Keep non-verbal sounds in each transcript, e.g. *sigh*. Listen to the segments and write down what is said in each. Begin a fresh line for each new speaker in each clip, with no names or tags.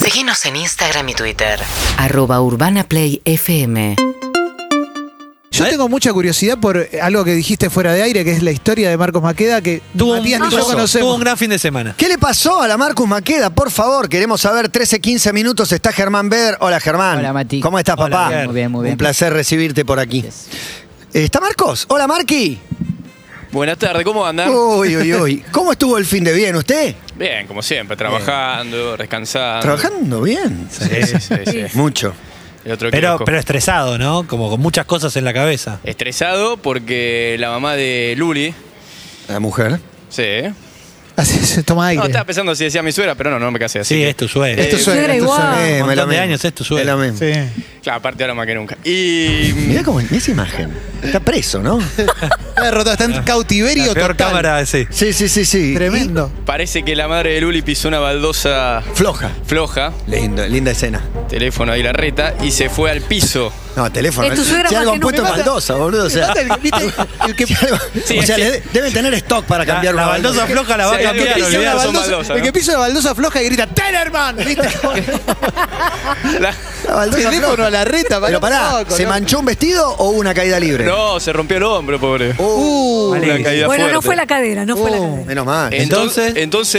Seguinos en Instagram y Twitter.
Arroba Urbana Play FM.
Yo tengo mucha curiosidad por eh, algo que dijiste fuera de aire, que es la historia de Marcos Maqueda, que
Tuvo
Matías
un,
ni yo
tuvo un
conocemos.
gran fin de semana.
¿Qué le pasó a la Marcus Maqueda? Por favor, queremos saber. 13, 15 minutos. Está Germán Ver. Hola, Germán.
Hola, Mati.
¿Cómo estás,
Hola,
papá?
Ber. Muy
bien, muy bien.
Un placer recibirte por aquí. Eh, ¿Está Marcos? Hola, Marqui.
Buenas tardes, ¿cómo andan?
Uy, uy, uy. ¿Cómo estuvo el fin de bien usted?
Ah, Bien, como siempre, trabajando, descansando.
Trabajando bien.
Sí, sí, sí, sí.
Mucho.
El otro
Pero,
kiosco.
pero estresado, ¿no? Como con muchas cosas en la cabeza.
Eh, Estresado porque la mamá de Luli,
La mujer.
sí.
Así se toma aire.
No, estaba pensando si decía mi suegra, pero no, no me casé así.
Sí,
que-
es tu suegra.
Es tu
Eh,
suegra,
es tu
igual.
suegra. Eh,
Un
me lo
montón de
mismo.
años, es tu suegra.
Me lo mismo.
Sí.
Claro, aparte ahora más que nunca. Y. mm,
Mirá cómo esa imagen. Está preso, ¿no?
Está derrotado, está en cautiverio
La peor
total.
cámara, sí.
Sí, sí, sí, sí.
Tremendo.
Parece que la madre de Luli pisó una baldosa
Floja.
floja,
Lindo, linda escena.
teléfono ahí la reta, y se fue
*laughs*
al piso.
No, teléfono. eh,
Es tu suegra
si
más
algo
que
han
nunca.
puesto
Me mata-
baldosa, boludo. O sea,
Me mata el- ¿viste? El
*laughs*
que-
Si algo-
Sí,
o sea
sí.
le- deben tener stock para
La,
cambiar
la
una
baldosa floja la va a
Sí, hay
cambiar,
que
pisa
olvidá,
una
olvidate.
son
baldosa-
baldosas,
el que
¿no?
pisa la baldosa floja y grita ¡Tenerman! ¿Viste?
La-
La baldosa
Teléfono
floja.
a la reta,
Pero
pará
pará,
un poco,
¿se
¿no?
manchó un vestido o hubo una caída libre?
No, se rompió el hombro, pobre.
Uh,
Una caída
Bueno, no
fuerte.
fue la cadera, *laughs* no fue
Oh.
la cadera.
menos mal.
Entonces,
Entonces-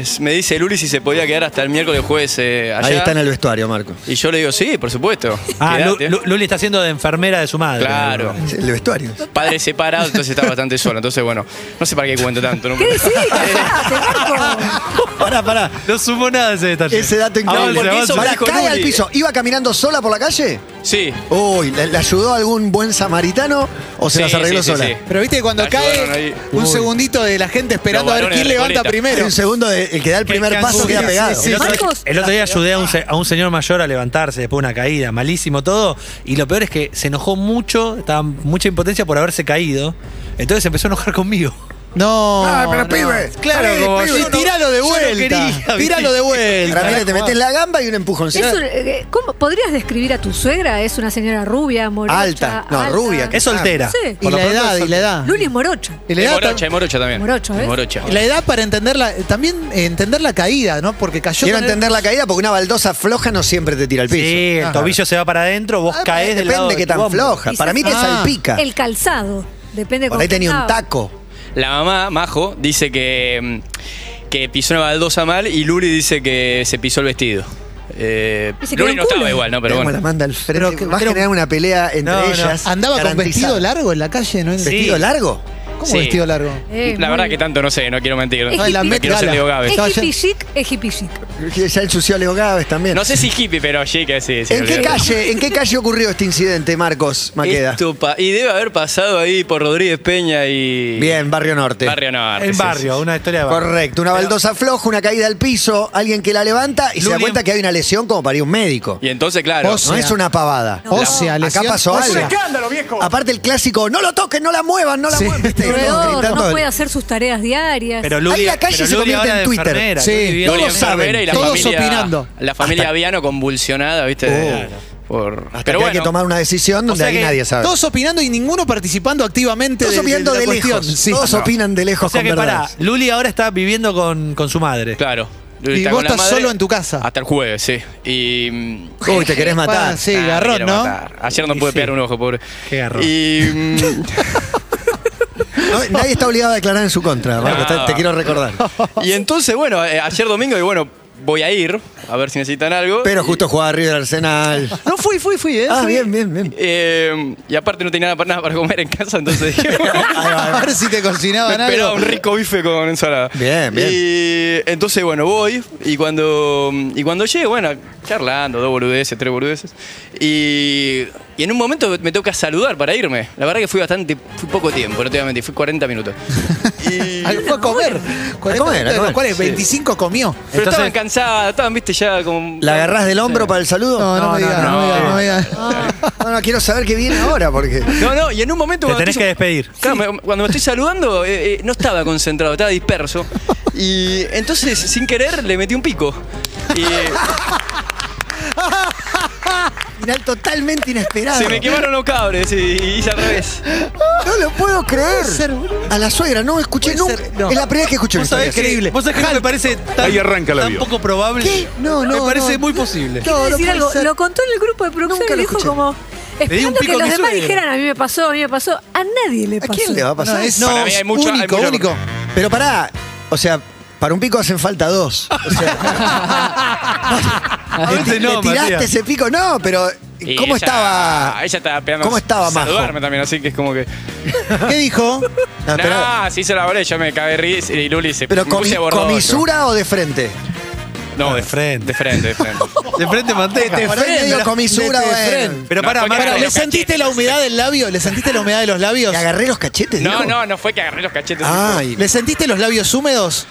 entonces me dice Luli si se podía quedar hasta el miércoles jueves eh, allá.
Ahí está en el vestuario, Marco.
Y yo le digo, sí, por supuesto.
Ah, Lu-
quedate".
Lu- Luli está siendo de enfermera de su madre.
Claro.
El vestuario.
Padre separado, entonces está bastante solo. Entonces, bueno, no sé para qué cuento tanto. ¿no?
¿Qué *laughs* decís? Callate,
*laughs*
Marco.
*laughs*
Pará, pará.
No sumó nada ese detalle. Ah,
Ese dato
Avance,
increíble.
avance.
Pará,
Dijo
cae
Luli.
al piso. ¿Iba caminando sola por la calle?
*laughs* Sí.
Uy, ¿le, le ayudó algún buen samaritano o se
Sí,
las arregló
sí, sí,
sola?
sí.
Pero viste que cuando
La ayudaron
cae
ahí.
un
Uy.
segundito de la gente esperando
Los
a ver
varones
quién
de la
levanta
Recoleta.
primero.
Un segundo, de- el que da el primer paso queda
sí,
pegado.
sí, sí.
El otro,
Marcos,
el otro día ayudé a un, se- a un señor mayor a levantarse después de una caída, malísimo todo. Y lo peor es que se enojó mucho, estaba mucha impotencia por haberse caído. Entonces empezó a enojar conmigo.
No.
Ah, pero
no.
pibe.
Claro,
Pará,
como
pibe,
sí,
yo no-
tíralo de
yo no
vuelta.
quería,
tíralo
¿viste?
de vuelta.
Ramírez, te metes la gamba y un empujoncito.
Es un- eh, ¿cómo- ¿Podrías describir a tu suegra? Es una señora rubia, morocha.
Alta. No, rubia.
Es soltera.
Sí.
Y
Por lo
la
pronto
edad,
son-
y la edad.
Luli es morocha.
Y la
Es
edad
morocha,
tam-
es morocha también.
Morocha, ¿ves?
Es morocha.
la edad para entenderla, también eh, entender la caída, ¿no? Porque cayó.
Quiero
con el-
entender la caída porque una baldosa floja no siempre te tira al piso.
Sí, el tobillo se va para adentro, vos
Ah,
caes del
Depende
lado de
que
tu
tan
hombro.
floja. Para mí te
Ah.
salpica.
El calzado. Depende
Por
con
ahí
quién
tenía un
estaba.
taco.
La mamá, Majo, dice que, mm, que pisó una baldosa mal y Luli dice que se pisó el vestido. Eh,
Y se quedó
Luli
en
no
culo.
estaba igual, ¿no? Pero
Como
bueno.
la manda al frente.
Pero que-
Va a
pero-
generar una pelea entre
No, no.
ellas.
Andaba con
garantizada.
vestido largo en la calle, ¿no?
¿Vestido largo?
¿Cómo
Sí.
vestido largo?
Eh,
La
muy
verdad
bien.
que tanto no sé, no quiero mentir.
Es
No,
hippie.
no quiero ser Leo Gávez.
Estaba
Es hippie
yendo-
chic, es hippie chic.
Ya ensució a Leo Gávez también.
No sé si hippie, pero sí que sí. sí,
¿En qué
olvidate.
calle, ¿En qué calle ocurrió este incidente, Marcos Maqueda?
Esto pa- y debe haber pasado ahí por Rodríguez Peña y.
Bien, Barrio Norte.
Barrio Norte.
En
sí,
barrio,
sí, sí.
una historia de barrio.
Correcto, una baldosa floja, una caída al piso, alguien que la levanta y se da
Luli-
cuenta que hay una lesión como para ir a un médico.
Y entonces, claro.
Vos-
No
sea.
es una pavada.
O sea,
Acá
lesión-
pasó
o
algo.
sea,
Aparte el clásico, no lo toquen, no la muevan, no la
Sí.
muevan. ¿viste? Todos
Proveedor,
gritando.
no puede hacer sus tareas diarias.
Pero Luli,
Ahí la calle
pero
se
Luli
convierte
ahora
en
de
Twitter.
enfermera,
Sí,
Luli viene-
todos
Luli enfermera
saben,
y la
todos
familia-
opinando.
La familia Aviano convulsionada, ¿viste? De- por,
Hasta
pero
que
bueno,
hay que tomar una decisión donde
sea
ahí
que
nadie sabe.
Todos opinando y ninguno participando activamente
Todos
de, de- de
opinando
la
de,
cuestión.
lejos.
Sí.
Todos opinan de lejos
O sea
con
que pará,
verdades.
Luli ahora está viviendo con, con su madre.
claro. Luli
Y
está
vos
con la
estás
madre
solo en tu casa.
Hasta el jueves, sí. Y. mm,
Uy, te querés matar.
Ah, sí,
nada, me
garrón,
quiero
¿no?
matar. Ayer no
Y
pude
sí.
pegar un ojo, pobre.
Qué garrón.
Y. mm,
No, nadie está obligado a declarar en su contra, Marco, te, te quiero recordar.
*laughs*
y entonces, bueno, eh, ayer domingo, y bueno, voy a ir, a ver si necesitan algo.
Pero
Y-
justo jugaba River Arsenal.
No, fui, fui, fui. ¿eh?
Ah,
Fui.
bien, bien, bien.
Eh, y aparte no tenía nada para, nada para comer en casa, entonces dije,
A ver si te
me
cocinaban
esperaba
algo.
un rico bife con ensalada.
Bien, bien.
Y entonces, bueno, voy y cuando, y cuando llegué, bueno, charlando, dos boludeces, tres boludeces. Y, y en un momento me toca saludar para irme. La verdad que fui bastante, fui poco tiempo, no te voy a mentir, fui 40 minutos.
*laughs*
Y,
Algo fue a comer.
A comer, a
De los
comer,
cuales
sí.
25 comió.
pero
*laughs* Entonces-
estaban cansadas, estaban, viste, ya como...
¿La agarrás del hombro para el saludo?
No, no, me digas, no, me digas, no me digas.
Ah. No, no, quiero saber qué viene ahora porque.
No, no, y en un momento...
Te
cuando
tenés que
estoy-
despedir.
Claro, me- cuando me estoy saludando, eh, eh, no estaba concentrado, estaba disperso. Y
*laughs*
entonces, sin querer, le metí un pico. Y,
final totalmente inesperado.
Se me quemaron los cables y, y hice al revés.
No lo puedo creer. A la suegra, no escuché
Puede
nunca.
ser, no.
Es la primera vez que escucho
¿Vos sabés que, vos sabés que no me parece tan,
Ahí arranca el
tan
avión.
poco probable?
¿Qué? No, no,
Me parece
no.
muy posible.
No,
Quiero
no
decir
puede
algo,
ser.
lo contó en el grupo de producción
Nunca
y
lo
dijo
escuché.
como
Le di un
esperando que
pico a
los
mi
demás
suegra.
dijeran a mí me pasó, a mí me pasó, a nadie le
¿A
pasó.
quién le va a pasar?
No, es
Para mí hay mucho- hay
único,
mucho-
único.
Pero pará, o sea, para un pico hacen falta dos. O sea, *laughs*
A
le,
veces
ti-
no,
le tiraste
Matías.
ese pico, no, pero
Y
¿cómo
ella-
estaba?
Ella estaba pegando
¿Cómo estaba, Majo?
Saludarme también, así que es como que.
¿Qué dijo?
No, pero-
Nah, sí se la hablé, yo me cagué ris y Luli se
pero
me puse
comi-
borroso.
comisura o de frente?
No,
de frente.
De frente,
*laughs*
de frente.
De frente manteca.
Por ahí medio comisura,
de- de
bueno.
frente.
Pero
No,
para,
fue que
Marco,
agarré
¿Le
los
sentiste
cachetes.
la humedad del labio? ¿Le sentiste la humedad de los labios?
¿Le agarré los cachetes?
No,
Diego?
no, no fue que agarré los cachetes.
Ay,
¿Le sentiste los labios húmedos?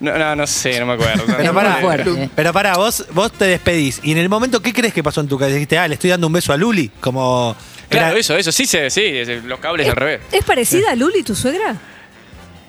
No, no, no sé, no
*laughs*
me acuerdo.
Pero
Es muy
pará,
fuerte.
pero pará, vos, vos te despedís. Y en el momento, ¿qué crees que pasó en tu casa? Dijiste, ah, le estoy dando un beso a Luli. Como.
Claro,
era-
eso, eso, sí, se, sí, es- los cables
Eh.
al revés.
¿Es parecida a Luli, tu suegra?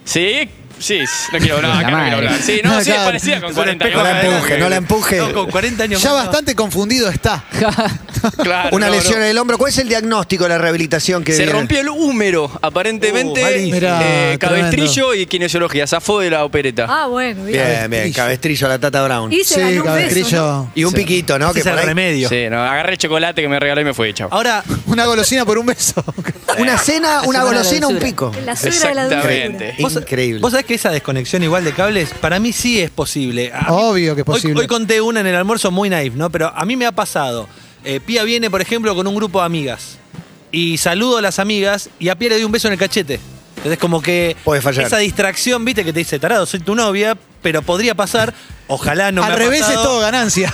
Sí, sí, no quiero hablar,
La
acá no quiero
madre.
hablar. Sí,
*laughs*
no,
No,
sí, es
acá-
parecida con
es un
40
espejo
no
años.
la empuje, no la empuje.
No, con 40 años.
Ya
más, no.
bastante confundido está.
Ah,
Claro,
Una
no,
lesión
no.
en el hombro. ¿Cuál es el diagnóstico de la rehabilitación que
Se
viene?
rompió el húmero, aparentemente.
Uh, malísimo.
eh,
Mirá,
cabestrillo y kinesiología, zafó de la opereta.
Ah, bueno, bien.
Bien, bien, cabestrillo a la Tata Brown.
Y se ganó un beso, ¿no?
Y un piquito, ¿no?
Ese
Que
es el
por ahí-
remedio.
Sí, no, agarré el chocolate que me regaló y me fui, chao.
Ahora,
Una golosina por un beso.
*laughs* Una
semana
cena, una
de la
golosina, un
dulzura.
pico.
La suegra de la dulzura.
Exactamente.
vos-
Increíble.
Vos sabés que esa desconexión igual de cables, para mí sí es posible. A mí-
Obvio que es
hoy-
posible.
Hoy, conté una en el almuerzo muy naive, ¿no? Pero a mí me ha pasado. Eh, Pía viene, por ejemplo, con un grupo de amigas. Y saludo a las amigas y a Pía le doy un beso en el cachete. Entonces, como que.
Puede fallar.
Esa distracción, viste, que te dice, tarado, soy tu novia, pero podría pasar. Ojalá no me
Al
ha
revés
pasado.
es
*laughs*
todo
*laughs*
ganancia.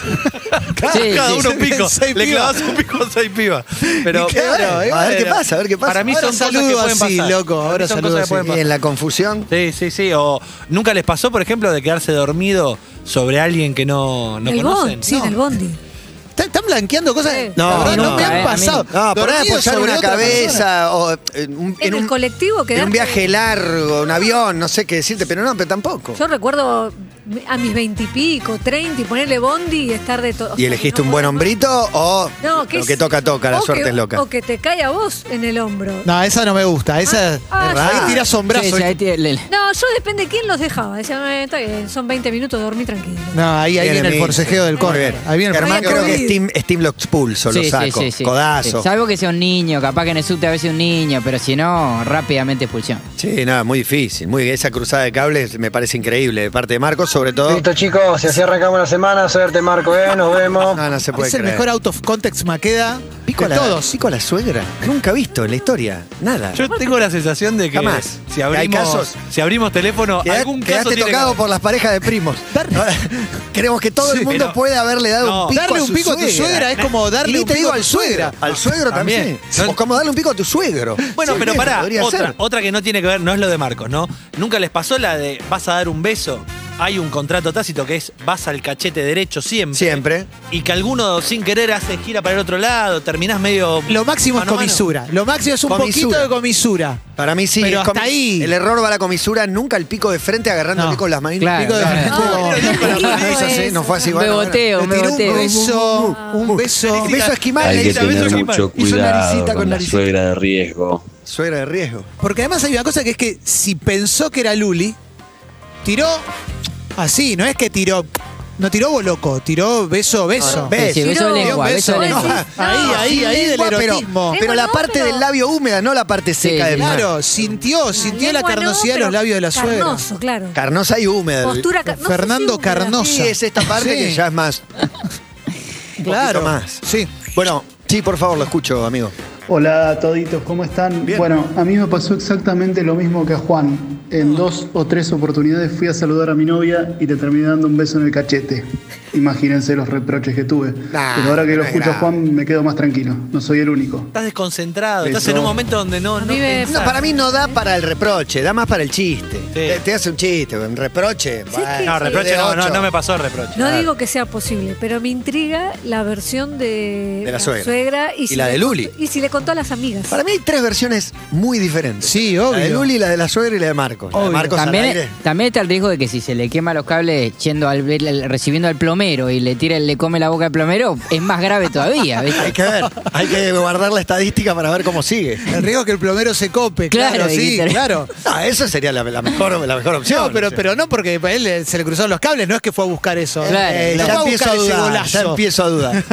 Cada-
Sí,
Cada uno un pico.
Seis
Le
pibas.
clavas un pico a seis pibas. Pero,
*laughs* Y claro, eh, a ver qué
pero-
pasa, a ver qué pasa.
Para mí
Ahora
son cosas que
saludo
pueden
así,
pasar.
loco,
Para mí
ahora
son
saludo
cosas que
así.
pueden
Y
pasar.
en la confusión.
Sí, sí, sí. O nunca les pasó, por ejemplo, de quedarse dormido sobre alguien que no, no
en el
conocen.
bondi, sí, en el bondi.
¿Están, están blanqueando cosas.
Sí.
No,
No,
la verdad, no,
no,
me
a mí-
han pasado.
No, por ahí
Dormido
apoyar
sobre
una
otra persona.
cabeza o en un,
En, el
un-
colectivo
en
quedarte.
un viaje largo, un avión, no sé qué decirte, pero no, pero tampoco.
Yo recuerdo a mis veintipico, treinta y ponerle bondi y estar de todo.
¿Y elegiste un buen hombrito o
No,
lo que toca, toca? La
o
suerte
que-
es loca.
O que te cae a vos en el hombro.
No, esa no me gusta. Esa.
Ah, ah,
ahí
sí.
tirás sombrazo.
Sí, sí, ahí tiene- le- le-
No, yo depende de quién los dejaba. Decía, "Eh, está bien, son 20 minutos, dormí tranquilo.
no, ahí, ahí
Bien,
viene el
amigo.
forcejeo del
Muy
corte.
bien.
Ahí viene el
Germán
forcejeo.
creo que
Sí.
Steam, Steam lo expulso, lo
sí,
saco.
sí, sí, sí.
Codazo.
Sí, Salvo que sea un niño, capaz que en el subte a veces un niño, pero si no, rápidamente expulsión.
Sí, nada, muy difícil. Muy, esa cruzada de cables me parece increíble de parte de Marcos, sobre todo.
Listo chicos, y así arrancamos la semana, suerte Marco, eh, nos vemos.
No, no se puede
Es el
creer.
mejor out of context Maqueda
pico a
de
la,
todos.
Pico a la suegra. Nunca visto en la historia. Nada.
Yo tengo la sensación de que
Jamás.
si
Hay
abrimos,
casos-
si abrimos teléfono,
Queda-
algún caso
quedaste
tiene que
tocado
haber.
por las parejas de primos. Ahora, Queremos que todo el
Sí,
mundo
pero-
pueda haberle dado
No.
un pico
Darle
a
un
su
pico a tu suegra es como darle
Y
un
te
pico
digo
a
al
tu
suegro.
suegra.
Al suegro también.
También.
O como darle un pico a tu suegro.
Bueno,
Sí,
pero
bien,
pará,
podría
otra,
ser.
otra que no tiene que ver, no es lo de Marcos, ¿no? Nunca les pasó la de vas a dar un beso. Hay un contrato tácito que es vas al cachete derecho siempre.
Siempre.
Y que alguno sin querer hace gira para el otro lado, terminás medio.
Lo máximo es
mano a mano.
comisura. Lo máximo es un
Comisura.
poquito de comisura.
Para mí sí.
Pero
es como-
hasta ahí.
El error va a la comisura, nunca el pico de frente agarrándole
No.
con las manitas.
Claro,
Pico de
claro.
frente.
Ah,
No,
no,
no,
no,
hizo así,
eso.
no fue así.
Me
bueno, bueno.
boteo,
Le
me
tiró
boteo.
Un beso, un beso. Un beso esquimal. le
Hay que
hizo-
tener
beso
mucho
Hizo naricita
cuidado
con
con, la
naricita.
suegra de riesgo.
Suegra de riesgo.
Porque además hay una cosa que es que si pensó que era Luli, tiró así, no es que tiró. No tiró boloco, tiró beso, beso.
Beso.
Sí, beso de lengua, beso de
beso.
lengua.
ahí, ahí, ahí del
Lengua, pero-
erotismo.
Pero, la
no,
parte
pero-
del labio húmeda, no la parte seca
Sí, sí.
del labio.
Claro, sintió, sintió la
Lengua no,
carnosidad de
pero
los labios de la suegra.
Carnoso, claro.
Carnosa y húmeda.
Postura ca- no sé
Fernando
si húmeda.
Carnoso.
Sí, es esta parte
Sí.
que ya es más.
Claro.
más.
Sí.
Bueno, sí, por favor, lo escucho, amigo.
Hola toditos, ¿cómo están? Bueno, a mí me pasó exactamente lo mismo que a Juan. En dos o tres oportunidades fui a saludar a mi novia y le terminé dando un beso en el cachete. Imagínense los reproches que tuve.
Nah,
Pero ahora que
no
lo
es
escucho a
grave.
Juan me quedo más tranquilo. No soy el único.
Estás desconcentrado, estás
Eso.
en un momento donde no.
A
no
mí me-
pensás.
No, para mí no da para el reproche, da más para el chiste. Te, te hace un chiste, un reproche. bueno,
Ah, No, reproche
de
no, no,
ocho.
no me pasó el reproche.
No digo que sea posible, pero me intriga la versión de,
De la suegra.
y,
Y la
le
de Luli.
contó- Y si le contó a las amigas.
Para mí hay tres versiones muy diferentes.
Sí,
La de
obvio.
Luli, la de la suegra y la de Marcos. La de
Obvio.
Marcos al
También,
aire.
también está el riesgo de que si se le quema los cables yendo al, al- recibiendo al plomero, plomero y le tira, le come la boca al plomero, es más grave todavía, ¿viste? *laughs*
Hay que ver, hay que guardar la estadística para ver cómo sigue.
El riesgo es que el plomero se cope. Claro,
Claro,
sí,
dijiste.
*laughs*
claro.
Ah, esa sería la, la mejor, la mejor opción.
No, pero, pero no porque a él eh, se le cruzaron los cables, no es que fue a buscar eso.
Claro,
Eh,
Eh,
no fue
ya,
a
empiezo a
buscar ese
dudar,
golazo.
ya empiezo a dudar.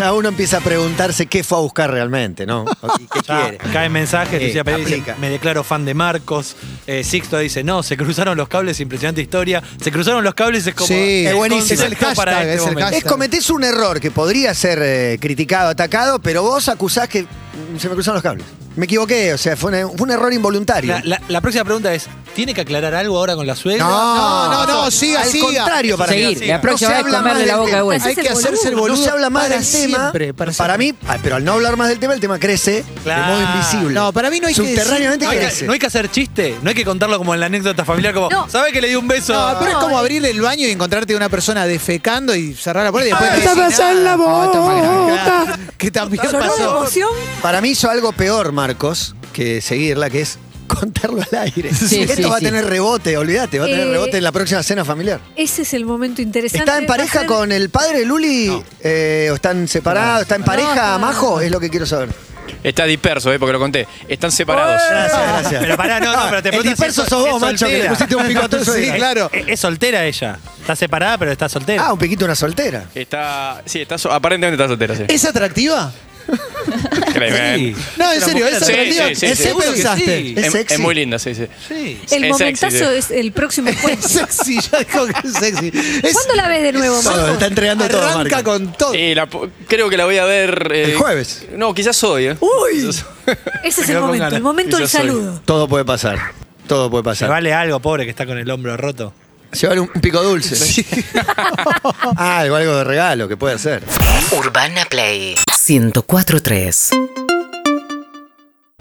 Ya uno empieza a preguntarse qué fue a buscar realmente, ¿no? ¿Y qué
Ya
quiere?
caen mensajes,
Eh,
Lucía Pérez dice,
aplica.
me declaro fan de Marcos. Eh, Sixto dice, no, se cruzaron los cables, impresionante historia. Se cruzaron los cables, es como...
Sí,
es buenísimo.
concepto
Es el hashtag,
para este
es el
momento.
Es cometés un error que podría ser eh, criticado, atacado, pero vos acusás que mm, se me cruzaron los cables. Me equivoqué, o sea, fue, una- fue un error involuntario.
La, la- la próxima pregunta es, ¿tiene que aclarar algo ahora con la suegra?
No, no, no, siga,
Al
siga.
contrario, para mí.
Seguir, la
No se
próxima vez
habla más
comerle
del
la boca de
tema.
vuelta.
Hay que
Haces el
hacerse el
No
boludo.
se habla más
para
del tema.
siempre,
para
siempre.
mí, ah, pero al no hablar más del tema, el tema crece de
Claro.
modo invisible.
No, para mí no hay que decir-
Subterráneamente
No hay,
crece.
que, no hay que hacer chiste, no hay que contarlo como en la anécdota familiar, como,
No.
¿sabe que le di un beso?
No, pero es
No,
como
eh.
abrir el baño y encontrarte una persona defecando y cerrar la puerta y después.
Ah,
te
está
dicen, "Ah,
No, esto es más grave.
claro, Que también
¿Lloró de
pasó.
emoción?
Para mí hizo algo peor, Marcos, que seguirla, que es *laughs* contarlo al aire.
Sí,
Esto
sí,
va
sí.
a tener rebote, olvídate, va a tener
Eh,
rebote en la próxima cena familiar.
Ese es el momento interesante.
¿Está en
Va a
pareja
ser-
con el padre de Luli? Eh, ¿O están separados? ¿Está en pareja,
no.
Majo? Es lo que quiero saber.
Está disperso, eh, porque lo conté. Están separados.
Gracias, gracias.
Ah. Pero pará, no, no, pero te
El
preguntas si
disperso
es-
sos
si es
vos, macho, que le
soltera.
pusiste un pico
*laughs*
a tu
Sí,
suegra.
claro.
Es, es soltera ella. Está separada, pero está soltera.
Ah, un piquito una soltera.
Está. Sí, está so- aparentemente está soltera, sí.
¿Es atractiva? *laughs*
Tremendo.
Sí.
No, en
Pero
serio,
mujer,
es
sí,
atractiva.
sí, sí,
¿En
sí.
¿Qué
Seguro que
pensaste?
sí.
Es
Es,
sexy.
es muy linda, sí, sí.
Sí.
El
Es sexy,
momentazo
sí.
es
*laughs*
el próximo encuentro.
Sexy, ya dijo que es sexy. Es-
¿Cuándo la ves de nuevo,
Todo,
Marco?
está entregando todo,
Arranca
Marco.
con todo.
Eh, la po- creo que la voy a ver. eh,
El jueves.
No, quizás hoy, ¿eh?
¡Uy!
Quizás-
Ese es
Me
el
quedo con
momento,
ganas.
el momento del
Yo soy.
saludo.
Todo puede pasar. Todo puede
Se
pasar.
vale algo, pobre, que está con el hombro roto.
Llevar un un pico dulce. *laughs* ah, algo, algo de regalo que puede ser.
Urbana Play 1043.